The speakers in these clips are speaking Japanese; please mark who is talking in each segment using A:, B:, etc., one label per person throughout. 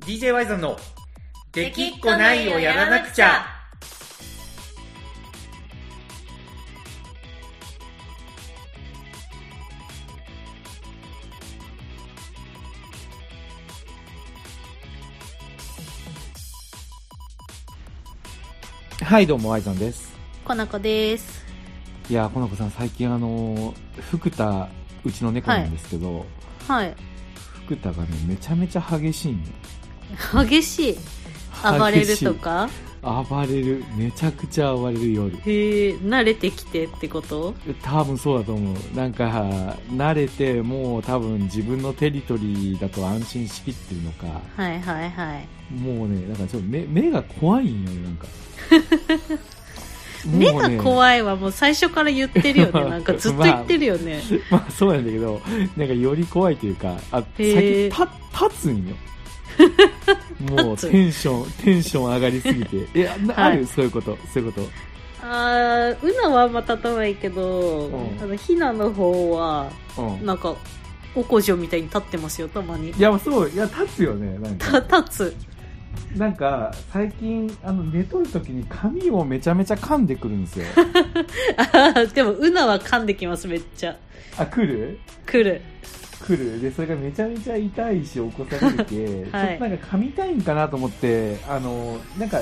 A: DJ ワイザンの「できっこないをやらなくちゃ」
B: はい、どうも、愛さんです。
C: こなこです。
B: いやー、この子さん、最近、あのー福田、うちの猫なんですけど、
C: はい。
B: 福田がね、めちゃめちゃ激しいん
C: 激しい。暴れるとか。
B: 暴れる、めちゃくちゃ暴れる夜。
C: へえ、慣れてきてってこと
B: 多分そうだと思う。なんか、慣れて、もう多分自分のテリトリーだと安心しきってるのか、
C: はいはいはい。
B: もうね、なんかちょっと目目が怖いんよね、なんか。
C: 目が
B: い。
C: 怖いはもう最初から言ってる よ
B: まあ
C: ね。なんかずっと言ってるよね。
B: まあそうなんだけど、なんかより怖いというか、あ、先、
C: へー
B: た、立つ んよ。もう
C: 立つ
B: テンション、テンション上がりすぎて。え、なあ
C: はい
B: るそういうこと、そういうこと。
C: あー、うなはあんま立たないけど、
B: うん
C: あの、ひなの方は、
B: うん。
C: なんか、おこじょみたいに立ってますよ、たまに
B: い。や、そう、いや、立つよね、なん
C: た
B: か。
C: 立つ。
B: なんか、最近、あの、寝とる時に髪をめちゃめちゃ噛んでくるんです よ。
C: あーでも、うなは噛んできます、めっちゃ。
B: あ、来る
C: 来る。
B: 来るでそれがめちゃめちゃ痛いし起こされてて、
C: はい
B: ちょっとなんか噛みたいんかなと思ってあのなんか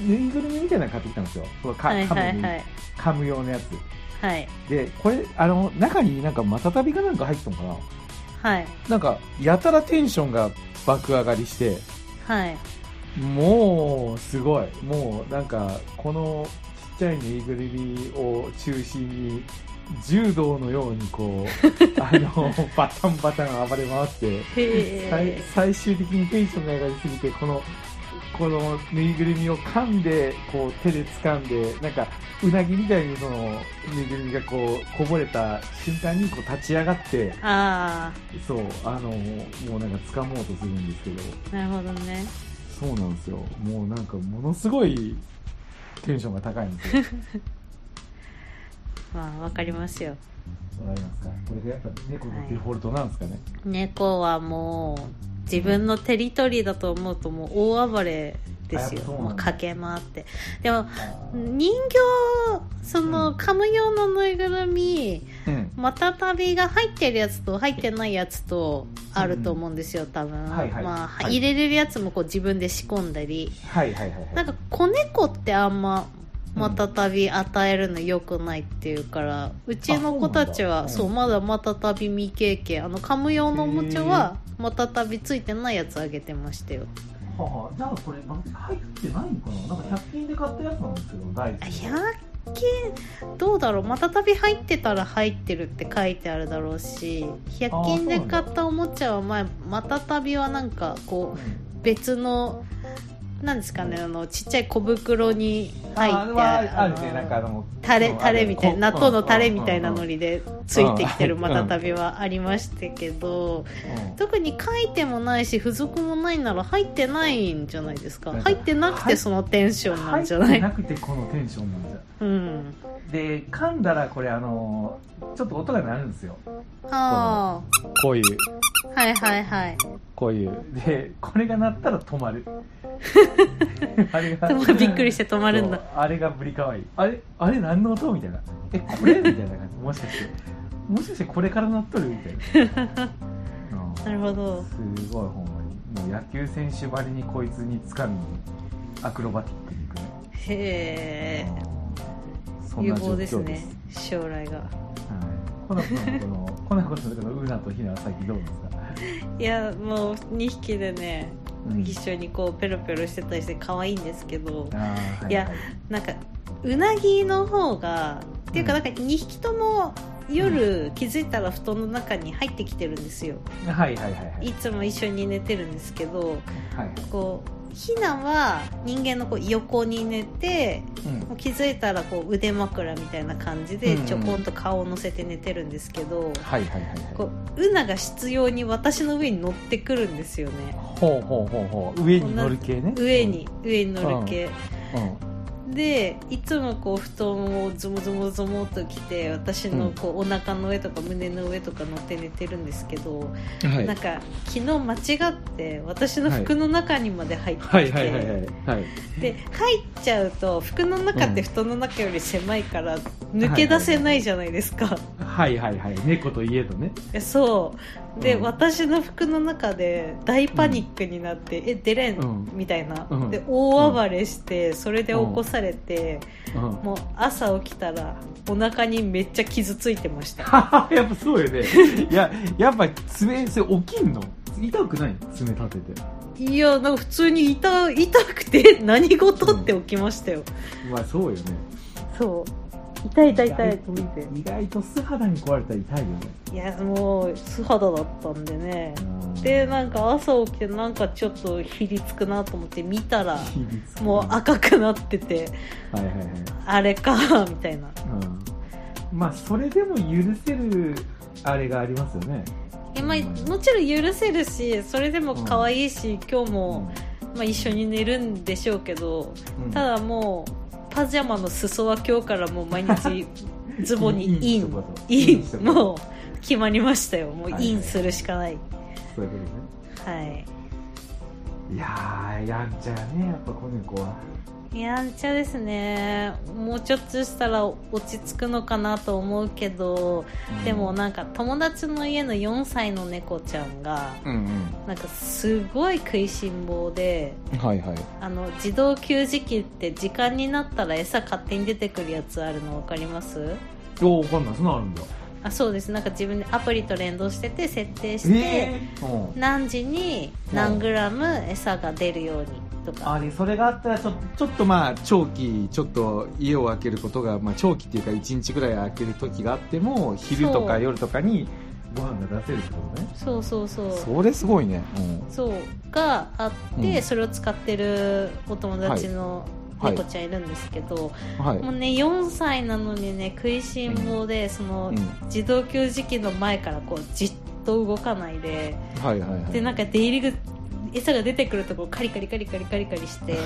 B: ぬいぐるみみたいなの買ってきたんですよそのか
C: はい
B: 噛む
C: は
B: ぬ
C: い
B: い
C: はい。
B: 噛む用のやつ
C: はい。
B: でこれあの中になんかマタタビがなんか入ってたのかな
C: はい。
B: なんかやたらテンションが爆上がりして
C: はい。
B: もうすごいもうなんかこのちっちゃいぬいぐるみを中心に柔道のようにこうあのバタンバタン暴れ回って
C: へ
B: 最
C: え。
B: 最終的にテンションが上がりすぎてこのこのぬいぐるみを噛んでこう手で掴んでなんかうなぎみたいにそのぬいぐるみがこうこぼれた瞬間にこう立ち上がって
C: あ
B: そうあのもうなんか掴もうとするんですけど
C: あ、なるほどね。
B: そうなんですよもうなんかものすごいテンションが高いんですよ
C: まあ、わかりますよ。
B: わかりますかこれがやっぱ猫のデフォルトなんですかね、
C: 猫はもう、自分のテリトリーだと思うともう大暴れです
B: あ
C: よ。
B: そうなんだ
C: もう駆け回って。でも、
B: あー
C: 人形、その、
B: うん
C: 噛む用のぬいぐるみ、
B: うん
C: またたびが入ってるやつと入ってないやつとあると思うんですよ、多分。
B: はいはい
C: まあ、
B: はい
C: 入れれるやつもこう自分で仕込んだり。
B: はいはいはいはい
C: なんか子猫ってあんままたたび与えるの良くないっていうから、うちの子たち
B: あ
C: は
B: そ
C: そうう
B: な
C: まだまたたび未経験あの噛む用のおもちゃはまたたびついてないやつあげてましたよ
B: はあ、じゃあこれ入ってないのかななんか100均で買ったやつなんですけど大
C: あ
B: 好き
C: 100均どうだろうまたたび入ってたら入ってるって書いてあるだろうし100均で買ったおもちゃは前またたびはなんかこう別のなんですかねあのちっちゃい小袋に入って
B: ああある
C: あ
B: ね
C: の
B: なんかあの
C: タレタレみたいな納豆のタレみたいなの
B: に、
C: りでついてきてる
B: うん
C: またたびはありましたけど
B: うん
C: 特に書いてもないし付属もないなら入ってないんじゃないですか
B: なんか
C: 入ってなく
B: は
C: て
B: い
C: そのテンションなんじゃ
B: 入っ
C: な
B: て
C: い
B: なくてこのテンションなんだ
C: うん
B: で噛んだらこれあのちょっと音が鳴るんですよ
C: あ
B: こういう
C: あはいはいはい
B: こういうでこれが鳴ったら止まるあれが
C: でもびっくりして止まるんだ
B: そうあれがぶりかわいいあれあれ何の音みたいなえこれみたいな感じもしかしてもしかしてこれから鳴っとるみたいなうん
C: なるほど
B: すごいほんまにもう野球選手ばりにこいつにつかみアクロバティックにいくね
C: へえ
B: うんそん
C: 有
B: な状
C: 望
B: 況
C: で
B: ですす
C: ね将来が
B: はい、コナコのこのコナコのこのウーナとヒナは最近どうですか、
C: いやもう2匹でね
B: うん
C: 一緒にこうペロペロしてたりして可愛いんですけど
B: あーはい
C: やなんかうなぎの方がっていうかなんか2匹とも夜気づいたら布団の中に入ってきてるんですよ
B: はいはいはいはいはい
C: いつも一緒に寝てるんですけど
B: はい
C: こうヒナは人間のこう横に寝て
B: うん
C: もう気づいたらこう腕枕みたいな感じで
B: うんうん
C: ちょこんと顔を乗せて寝てるんですけど
B: はいはいはいはい
C: こううなが執拗に私の上に乗ってくるんですよね
B: ほうほうほうほう上に乗る系ね
C: 上に上に乗る系
B: うん、うん
C: でいつもこう布団をズモズモズモっと着て私のこうお腹の上とか胸の上とか乗って寝てるんですけど、
B: はい
C: なんか昨日間違って私の服の中にまで入ってきて、
B: はいはいはいはいはい
C: で入っちゃうと服の中って布団の中より狭いから抜け出せないじゃないですか、
B: はいはいはい猫といえどね
C: えそうで、
B: うん
C: 私の服の中で大パニックになって、え出れん、
B: うん
C: みたいな、
B: うん
C: で大暴れして、それで起こされて、
B: うん
C: もう朝起きたらお腹にめっちゃ傷ついてました
B: やっぱそうよねいややっぱ爪それ起きんの痛くない爪立てて
C: いやなんか普通に痛痛くて 何事って起きましたよ、
B: まあそうよね
C: そう痛い痛い痛いと思って
B: 意外と素肌に壊れたら痛いよね
C: いやもう素肌だったんでね
B: うん
C: でなんか朝起きてなんかちょっとひりつくなと思って見たら
B: ひりつく
C: もう
B: は
C: 赤くなってて
B: いはいはい
C: あれかみたいな
B: うんまあそれでも許せるあれがありますよね
C: え、まあ、もちろん許せるしそれでも可愛いし、今日も、まあ、一緒に寝るんでしょうけど
B: うん
C: ただもうパジャマの裾は今日からもう毎日ズボンにイ
B: インって
C: ン
B: こと
C: イ
B: インってこ
C: ン
B: と
C: もう決まりましたよも
B: は
C: う
B: い
C: インするしかない
B: そういうことね
C: はい
B: いやーやんちゃやねやっぱこの子は
C: やんちゃですねもうちょっとしたら落ち着くのかなと思うけどでもなんか友達の家の4歳の猫ちゃんが
B: うん
C: なんかすごい食いしん坊で
B: うんはいはい
C: あの自動給餌器って時間になったら餌勝手に出てくるやつあるの分かります
B: おわかんないそんなのあるんだ
C: あそうですなんか自分でアプリと連動してて設定して、
B: ええうん
C: 何時に何グラム餌が出るようにとか
B: あれそれがあったらちょちょっとまあ長期ちょっと家を空けることが、まあ、長期っていうか1日ぐらい空ける時があっても昼とか
C: そう
B: 夜とかにご飯が出せるってことね
C: そうそうそう
B: それすごいね、
C: そうがあって、
B: うん
C: それを使ってるお友達の
B: はい
C: 猫ちゃんいるんですけど、
B: うん、はい、
C: もうね4歳なのにね食いしん坊で、その
B: うん
C: 自動給餌器の前からこうじっと動かないで、
B: はいはいはい
C: でなんか出入り口餌が出てくるところカリカリカリカリカリカリして
B: はい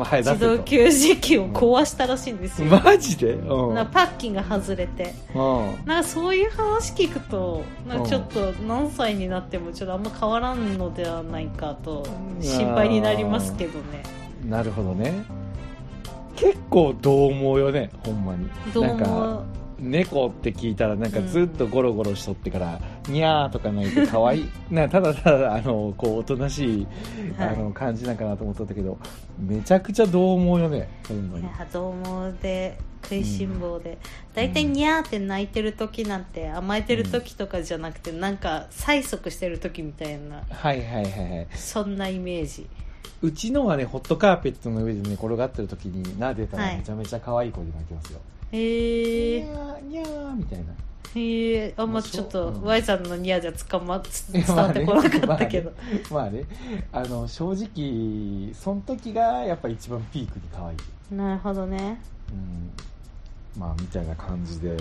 B: はい
C: 自動
B: 給
C: 給餌器を壊したらしいんですよ、
B: マジでうん、
C: なんかパッキンが外れて
B: うん
C: なんかそういう話聞くとなん
B: うん
C: かちょっと何歳になってもちょっとあんま変わらんのではないかと
B: うん
C: 心配になりますけどね
B: なるほどね結構どう思うよねほんまに
C: どう
B: なんか
C: も
B: 猫って聞いたらなんかずっとゴロゴロしとってから、にゃーとか鳴いて可 愛いなただただあのこうおとなしい、
C: はい
B: あの感じなんかなと思っとったけどめちゃくちゃどう思うよねほんま
C: い
B: に
C: やどうもで食いしん坊で大体、ニャーって泣いてる時なんて甘えてる時とかじゃなくて、なんか催促してる時みたいな
B: はいはいはいはい
C: そんなイメージ
B: うちのはねホットカーペットの上でね転がってる時に撫でた
C: は
B: ら
C: い
B: めちゃめちゃ可愛い声で鳴きますよ、
C: へ
B: に
C: え
B: ゃーにゃーみたいな
C: へえあんまちょっと
B: うん
C: Y さんのニャーじゃ捕まつ伝わってこなかったけど、
B: まあねあの正直その時がやっぱ一番ピークに可愛い
C: なるほどね
B: うんまあみたいな感じで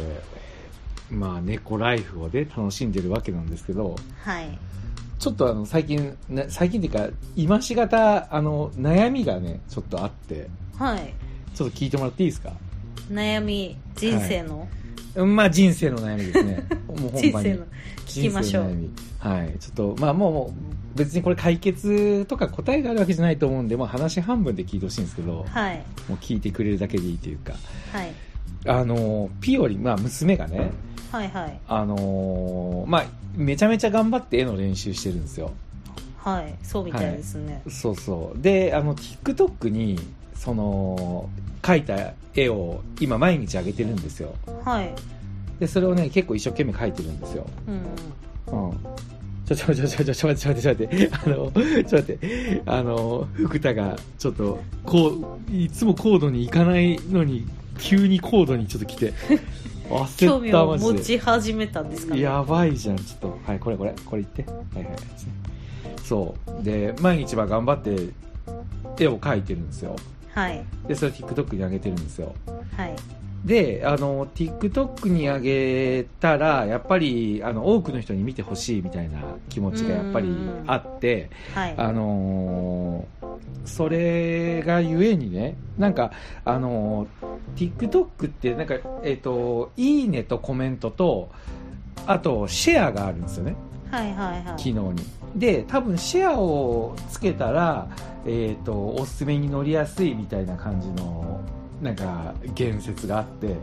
B: まあ猫ライフをね楽しんでるわけなんですけど
C: はい
B: ちょっとあの最近な最近っていうか今しがたあの悩みがねちょっとあって
C: はい
B: ちょっと聞いてもらっていいですか
C: 悩み人生の、
B: うんまあ人生の悩みです ねもうほんまに
C: 人生の聞きましょう
B: 人生の悩みはいちょっとまあもうもう別にこれ解決とか答えがあるわけじゃないと思うんで、まあ、話半分で聞いてほしいんですけど、
C: はい
B: もう聞いてくれるだけでいいというか
C: はい
B: あのピオリまあ娘がね
C: はいはい
B: あのーまあめちゃめちゃ頑張って絵の練習してるんですよ
C: はいそうみたいですね、
B: そうそうであの TikTok にその描いた絵を今毎日上げてるんですよ
C: はい、
B: でそれをね結構一生懸命描いてるんですよ
C: うん
B: うんちょちょちょちょちょちょちょちょ待ってちょ待ってあのちょ待ってあの福田がちょっとこういつもコードに行かないのに急にコードにちょっと来て
C: 興
B: 焦っ
C: 味
B: た
C: を
B: マジ
C: 持
B: で
C: ち始めたんですかね
B: やばいじゃんちょっとはいこれこれこれ言ってはいはいそうで毎日は頑張って絵を描いてるんですよ
C: はい
B: でそれを TikTok に上げてるんですよ
C: はい
B: であの TikTok に上げたらやっぱりあの多くの人に見てほしいみたいな気持ちがやっぱりあって
C: はい
B: あのーそれがゆえにね、なんか、あの、TikTok って、なんか、えっ、と、いいねとコメントと、あと、シェアがあるんですよね、
C: はいはいは
B: 機
C: い
B: 能に。で、多分、シェアをつけたら、えっ、と、おすすめに乗りやすいみたいな感じの、なんか、言説があって、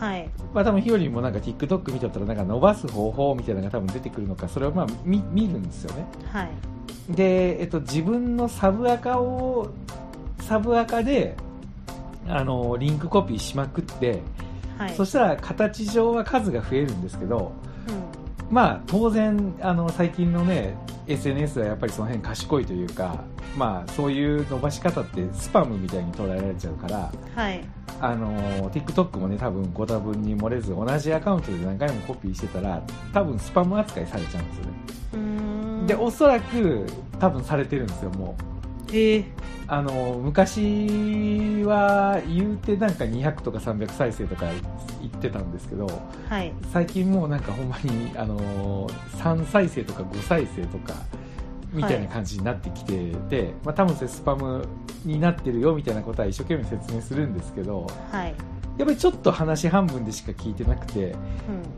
C: はい
B: まあ多分ひよりもなんか TikTok 見てたらなんか伸ばす方法みたいなのが多分出てくるのかそれをまあ見見るんですよね
C: はい
B: で、えっと、自分のサブアカをサブアカであのリンクコピーしまくって、
C: はい
B: そしたら形上は数が増えるんですけど
C: うん
B: まあ当然あの最近のね SNS はやっぱりその辺賢いというかまあそういう伸ばし方ってスパムみたいに捉えられちゃうから
C: はい
B: あのー TikTok もね多分ご多分に漏れず同じアカウントで何回もコピーしてたら多分スパム扱いされちゃうんですよね、
C: うーん
B: でおそらく多分されてるんですよもう
C: えー
B: あのー昔は言うてなんか200とか300再生とか言ってたんですけど
C: はい
B: 最近もうなんかほんまに、あのー3再生とか5再生とかみたいな感じになってきてて、まあ、多分それスパムになってるよみたいなことは一生懸命説明するんですけど
C: はい
B: やっぱりちょっと話半分でしか聞いてなくて、
C: うん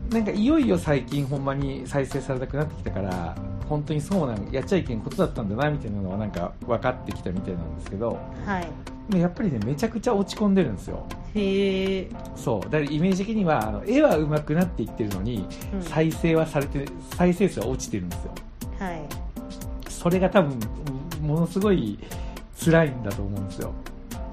B: なんかいよいよ最近ほんまに再生されなくなってきたから、本当にそうなん、やっちゃいけんことだったんだな、みたいなのはなんか分かってきたみたいなんですけど、
C: はい
B: やっぱりね、めちゃくちゃ落ち込んでるんですよ。
C: へえ、
B: そう。だからイメージ的には、あの絵は上手くなっていってるのに、
C: うん、はい
B: 再生はされて、再生数は落ちてるんですよ。それが多分、ものすごい辛いんだと思うんですよ。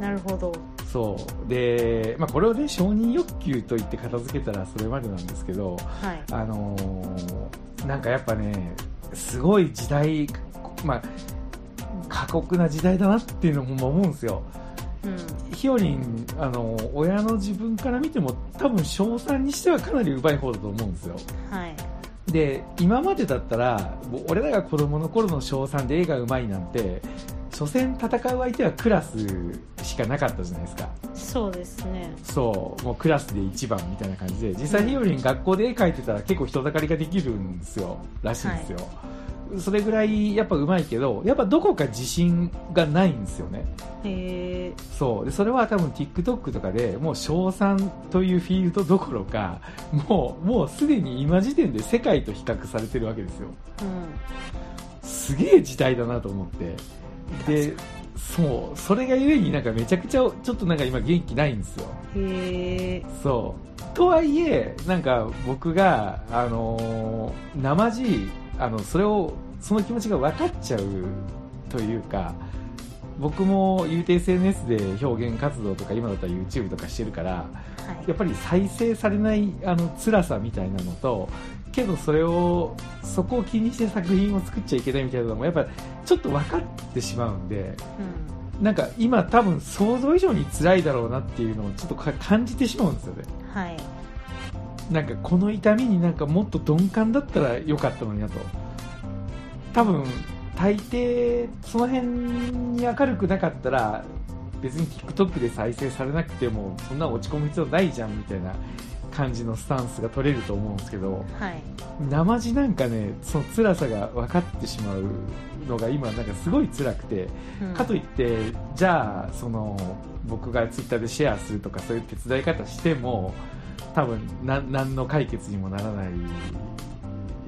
C: なるほど
B: そう。で、まあこれをね、承認欲求と言って片付けたらそれまでなんですけど、
C: はい
B: あのーなんかやっぱね、すごい時代、まあ、過酷な時代だなっていうのも思うんですよ。
C: うん
B: ひよりん、あのー親の自分から見ても多分、賞賛にしてはかなりうまい方だと思うんですよ。
C: はい
B: で、今までだったら、もう俺らが子供の頃の賞賛で絵がうまいなんて、所詮戦う相手はクラスしかなかったじゃないですか。
C: そうですね
B: そう、もうクラスで一番みたいな感じで、実際ひよりん学校で絵描いてたら結構人だかりができるんですよ、らしいんですよ。それぐらいやっぱ上手いけど、やっぱどこか自信がないんですよね。
C: へえ
B: そう。で、それは多分 TikTok とかでもう賞賛というフィールドどころか、もう、もうすでに今時点で世界と比較されてるわけですよ。
C: うん
B: すげえ時代だなと思って。で、そう、それがゆえになんかめちゃくちゃ、ちょっとなんか今元気ないんですよ。
C: へえ
B: そう。とはいえ、なんか僕が、あのー、生地、あの、それを、その気持ちが分かっちゃうというか、僕も言うて SNS で表現活動とか今だったら YouTube とかしてるから、
C: はい
B: やっぱり再生されないあの辛さみたいなのと、けどそれを、そこを気にして作品を作っちゃいけないみたいなのもやっぱちょっと分かってしまうんで、
C: うん
B: なんか今多分想像以上に辛いだろうなっていうのをちょっとか感じてしまうんですよね。
C: はい
B: なんかこの痛みになんかもっと鈍感だったら良かったのになと多分大抵その辺に明るくなかったら別に TikTok で再生されなくてもそんな落ち込む必要ないじゃんみたいな感じのスタンスが取れると思うんですけど
C: はい
B: 生地なんかねその辛さが分かってしまうのが今なんかすごい辛くて
C: うん
B: かといってじゃあその僕がツイッターでシェアするとかそういう手伝い方しても多分な何の解決にもならない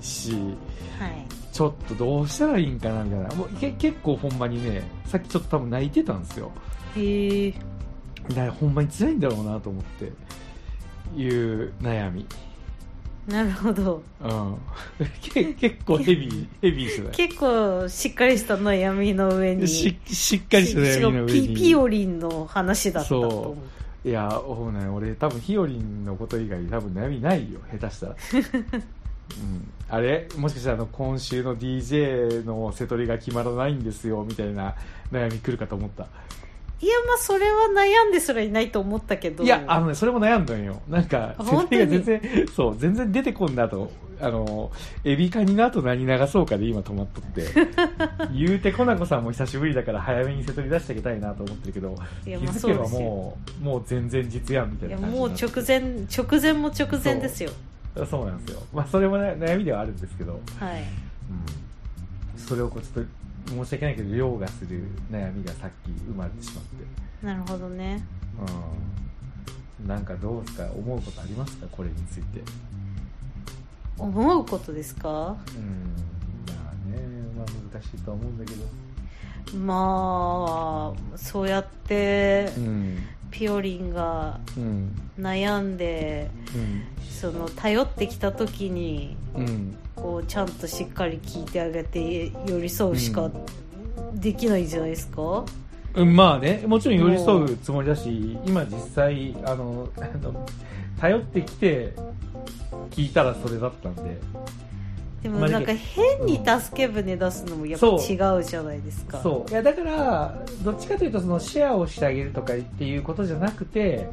B: し
C: はい
B: ちょっとどうしたらいいんかなみたいなもうけ結構ほんまにねさっきちょっと多分泣いてたんですよ
C: へえ
B: だからほんまに辛いんだろうなと思っていう悩み
C: なるほど
B: うんけ結構ヘビーヘビーして
C: 結構しっかりした悩みの
B: な
C: 上
B: い
C: に
B: ししっかりした悩みの上
C: ししかもピ
B: に
C: ピオリンの話だったと思う
B: そいや、ほうね、俺、多分ひよりんのこと以外、多分悩みないよ、下手したら。 うん、あれもしかしたらあの今週の DJ の瀬取りが決まらないんですよみたいな悩み来るかと思った
C: いやまあそれは悩んですらいないと思ったけど
B: いやあのねそれも悩んだんよなんか
C: あ
B: 瀬取りが全然そう全然出てこんなとあのエビカニの後何流そうかで今止まっとって 言うてコナコさんも久しぶりだから早めに瀬取り出してあげたいなと思ってるけど
C: い
B: 気
C: やまあ
B: づ
C: そう
B: け
C: で
B: ば
C: すよ
B: もうもう全然実やんみたい
C: い
B: な
C: や
B: 感じに
C: もう
B: なって
C: 直前直前も直前ですよ
B: そうなんですよ。まあ、それもね、悩みではあるんですけど、
C: はい
B: それをこうちょっと申し訳ないけど凌駕する悩みがさっき生まれてしまって
C: なるほどね
B: うんなんかどうですか思うことありますかこれについて
C: 思うことですか
B: うんまあねまあ難しいとは思うんだけど
C: まあそうやって
B: うん
C: ピオリンが
B: うん
C: 悩んでその頼ってきた時に
B: うんうん
C: こうちゃんとしっかり聞いてあげて寄り添うしかできないんじゃないですか、
B: うん、まあね、もちろん寄り添うつもりだし、今実際、あの、あの頼ってきて、聞いたらそれだったんで、
C: でもなんか変に助け舟出すのもやっぱ違うじゃないですか、
B: そう。いや、だから、どっちかというと、その、シェアをしてあげるとかっていうことじゃなくて、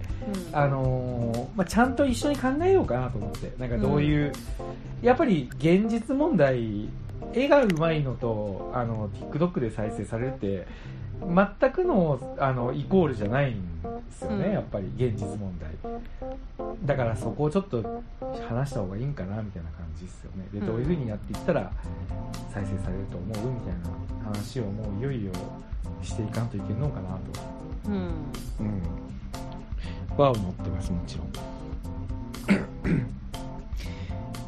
C: うん
B: あのーまあ、ちゃんと一緒に考えようかなと思って、なんかどういう、やっぱり現実問題、絵がうまいのと、あの、TikTok で再生されるって、全くの、あの、イコールじゃないんですよね、
C: うん
B: やっぱり現実問題。だからそこをちょっと話した方がいいんかな、みたいな感じですよね。で、
C: うん
B: どういうふうにやっていったら再生されると思うみたいな話をもういよいよしていかんといけんのかなと。
C: うん
B: うん、は思ってますも ちろん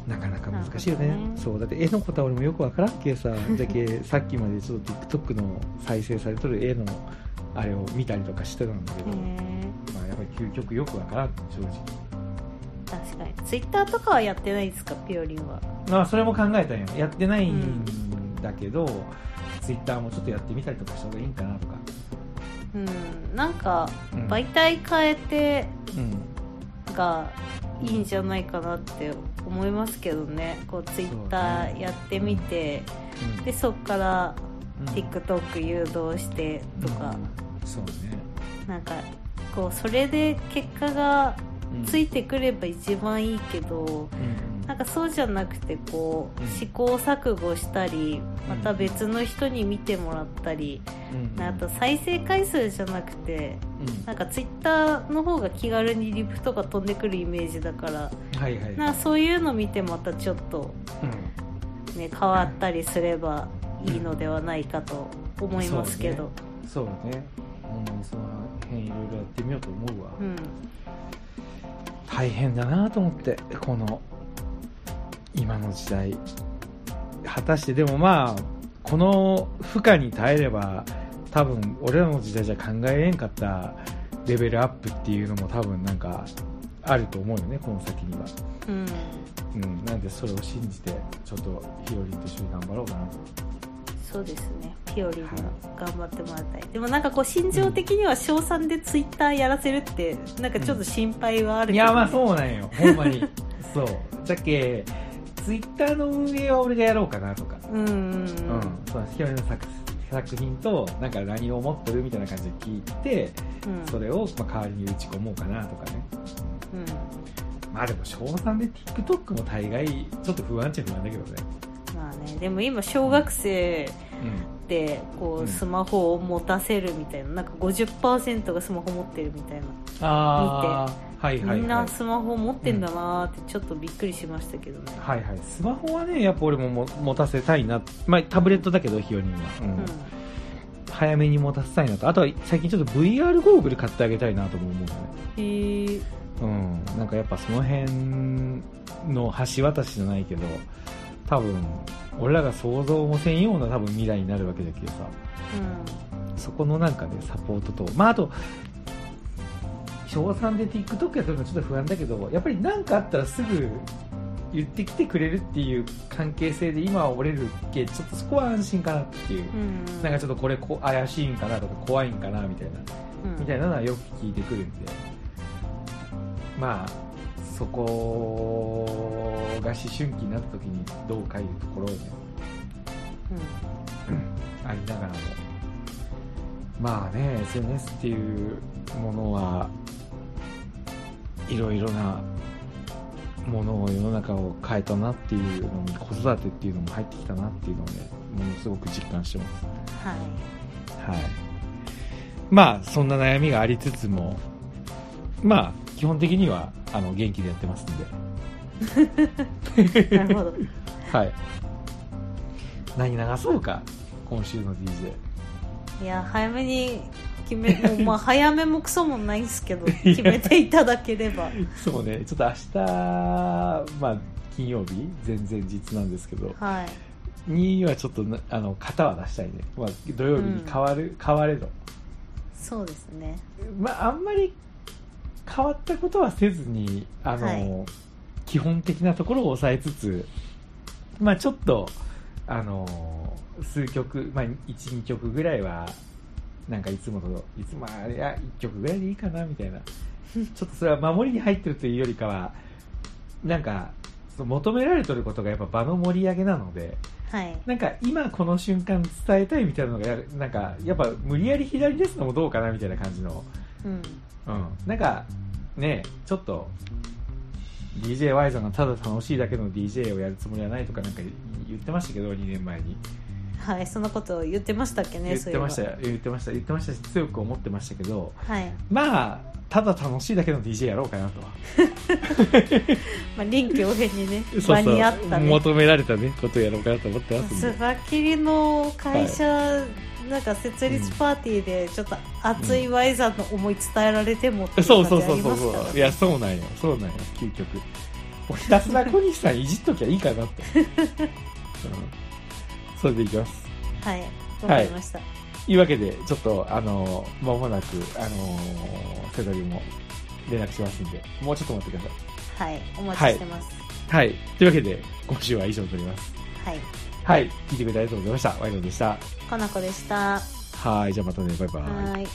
B: なかなか難しいよね
C: なるほどね
B: そうだって絵のことは俺もよくわからんけ さだけさっきまでちょっと TikTok の再生されとる絵のあれを見たりとかしてたんだけど、
C: へ
B: まあやっぱり究極よくわからん正直
C: ー確かにツイッターとかはやってないですかピオリンは
B: まあそれも考えたんよやってないんだけど、Twitter もちょっとやってみたりとかした方がいいんかなとか、
C: うんなんか
B: うん
C: 媒体変えて
B: うん
C: がいいんじゃないかなって思いますけどねこうツイッターやってみて、でそっから
B: うん
C: TikTok 誘導してとか、
B: うんそうね、
C: なんかこうそれで結果が
B: うん
C: ついてくれば一番いいけ
B: う
C: ど
B: ん
C: なんかそうじゃなくてこう
B: うん
C: 試行錯誤したりまた別の人に見てもらったり
B: うん
C: あと再生回数じゃなくて
B: うん
C: なんかツイッターの方が気軽にリプとか飛んでくるイメージだから
B: はいはい
C: なんかそういうの見てまたちょっと、ね、変わったりすればいいのではないかと思いますけど
B: うん、そうねほんまにその辺いろいろやってみようと思うわ、
C: う,、
B: 大変だなと思ってこの今の時代果たしてでもまあこの負荷に耐えれば多分俺らの時代じゃ考えれんかったレベルアップっていうのも多分なんかあると思うよねこの先には、
C: ん、うん、
B: うん、なんでそれを信じてちょっとひよりんと一緒に頑張ろうかなと
C: そうですねピオリンも頑張ってもらいたいでもなんかこう心情的には賞賛でツイッターやらせるってなんかちょっと心配はある
B: い
C: けど、ね
B: やまあそうなんよほんまに そうじゃけツイッターの運営は俺がやろうかなとか
C: うんうんうん
B: うん、そのヒロミの作作品となんか何を思ってるみたいな感じで聞いて
C: うん
B: それをまあ代わりに打ち込もうかなとかね
C: うん
B: まあでも小3で TikTok も大概ちょっと不安っちゃ不安だけどね
C: まあねでも今小学生ってこ
B: うん
C: うスマホを持たせるみたいななんか50%がスマホ持ってるみたいな
B: ああはいはい、はい、
C: みんなスマホ持ってんだなーってちょっとびっくりしましたけどね、
B: はいはいスマホはねやっぱ俺もも持たせたいなまあタブレットだけどヒロミは、うん
C: うん
B: 早めに持たせたいなとあとは最近ちょっと VR ゴーグル買ってあげたいなとも思うよね
C: えー
B: うん、なんかやっぱその辺の橋渡しじゃないけど多分俺らが想像もせんような多分未来になるわけだけどさそこのなんかねサポートとまああと小3で TikTok やってるのちょっと不安だけどやっぱり何かあったらすぐ言ってきてくれるっていう関係性で今は折れるけちょっとそこは安心かなっていう、
C: うんうん
B: なんかちょっとこれこ怪しいんかなとか怖いんかなみたいな
C: うん
B: みたいなのはよく聞いてくるんで、まあ、そこが思春期になった時にどうかいうところもありながらも、まあね、SNS っていうものはいろいろなものを世の中を変えたなっていうのに子育てっていうのも入ってきたなっていうのをね、ものすごく実感してます。
C: はい
B: はい、まあそんな悩みがありつつもまあ基本的にはあの元気でやってますんで、
C: なるほど
B: はい、何流そうか今週の DJ
C: いや早めに 決めもうまあ早めもクソもないんですけど決めていただければ
B: そうねちょっと明日まあ金曜日前々日なんですけど
C: はい
B: にはちょっとなあの型は出したいね、まあ、土曜日に変わる、変われど
C: そうですね
B: まああんまり変わったことはせずにあの、
C: はい
B: 基本的なところを抑えつつまあちょっとあの数曲まあ12曲ぐらいはなんかいつもといつもあれあ1曲ぐらいでいいかなみた いなちょっとそれは守りに入ってるというよりかはなんかその求められてることがやっぱ場の盛り上げなので
C: はい
B: なんか今この瞬間伝えたいみたいなのがやなんかやっぱ無理やり左ですのもどうかなみたいな感じの
C: うん
B: うん、なんかねちょっと DJY さんがただ楽しいだけの DJ をやるつもりはないとかなんか言ってましたけど2年前に
C: はいそんなこと言ってましたっけね
B: 言ってました
C: そうい
B: よ言ってました言ってましたし強く思ってましたけど
C: えばはい、
B: まあただ楽しいだけの DJ やろうかなとは
C: まあ、臨機応変 にね間に合ったね
B: 求められたねことをやろうかなと思ってますんで
C: スバキリの会社、なんか設立パーティーでちょっと熱いワイザーの思い伝えられてもってい
B: そう
C: う
B: そ
C: 感
B: うそ
C: じあ
B: う
C: り
B: そ
C: ま
B: う
C: すから
B: そういやそうなんよそうなんよ究極もうひたすら小西さんいじっときゃいいかなって うんそれでいきます
C: はいわかりました、
B: いうわけで、ちょっと、あのー、まもなく、あのー、セドリも連絡しますんで、もうちょっと待ってください。
C: はい、お待ちしてます
B: はい。というわけで、今週は以上になります。
C: はい、
B: はい。聞いてくれてありがとうございました。ワイドでした。
C: かなこでしたは
B: はい。じゃあまたね。バイバイ。
C: ーい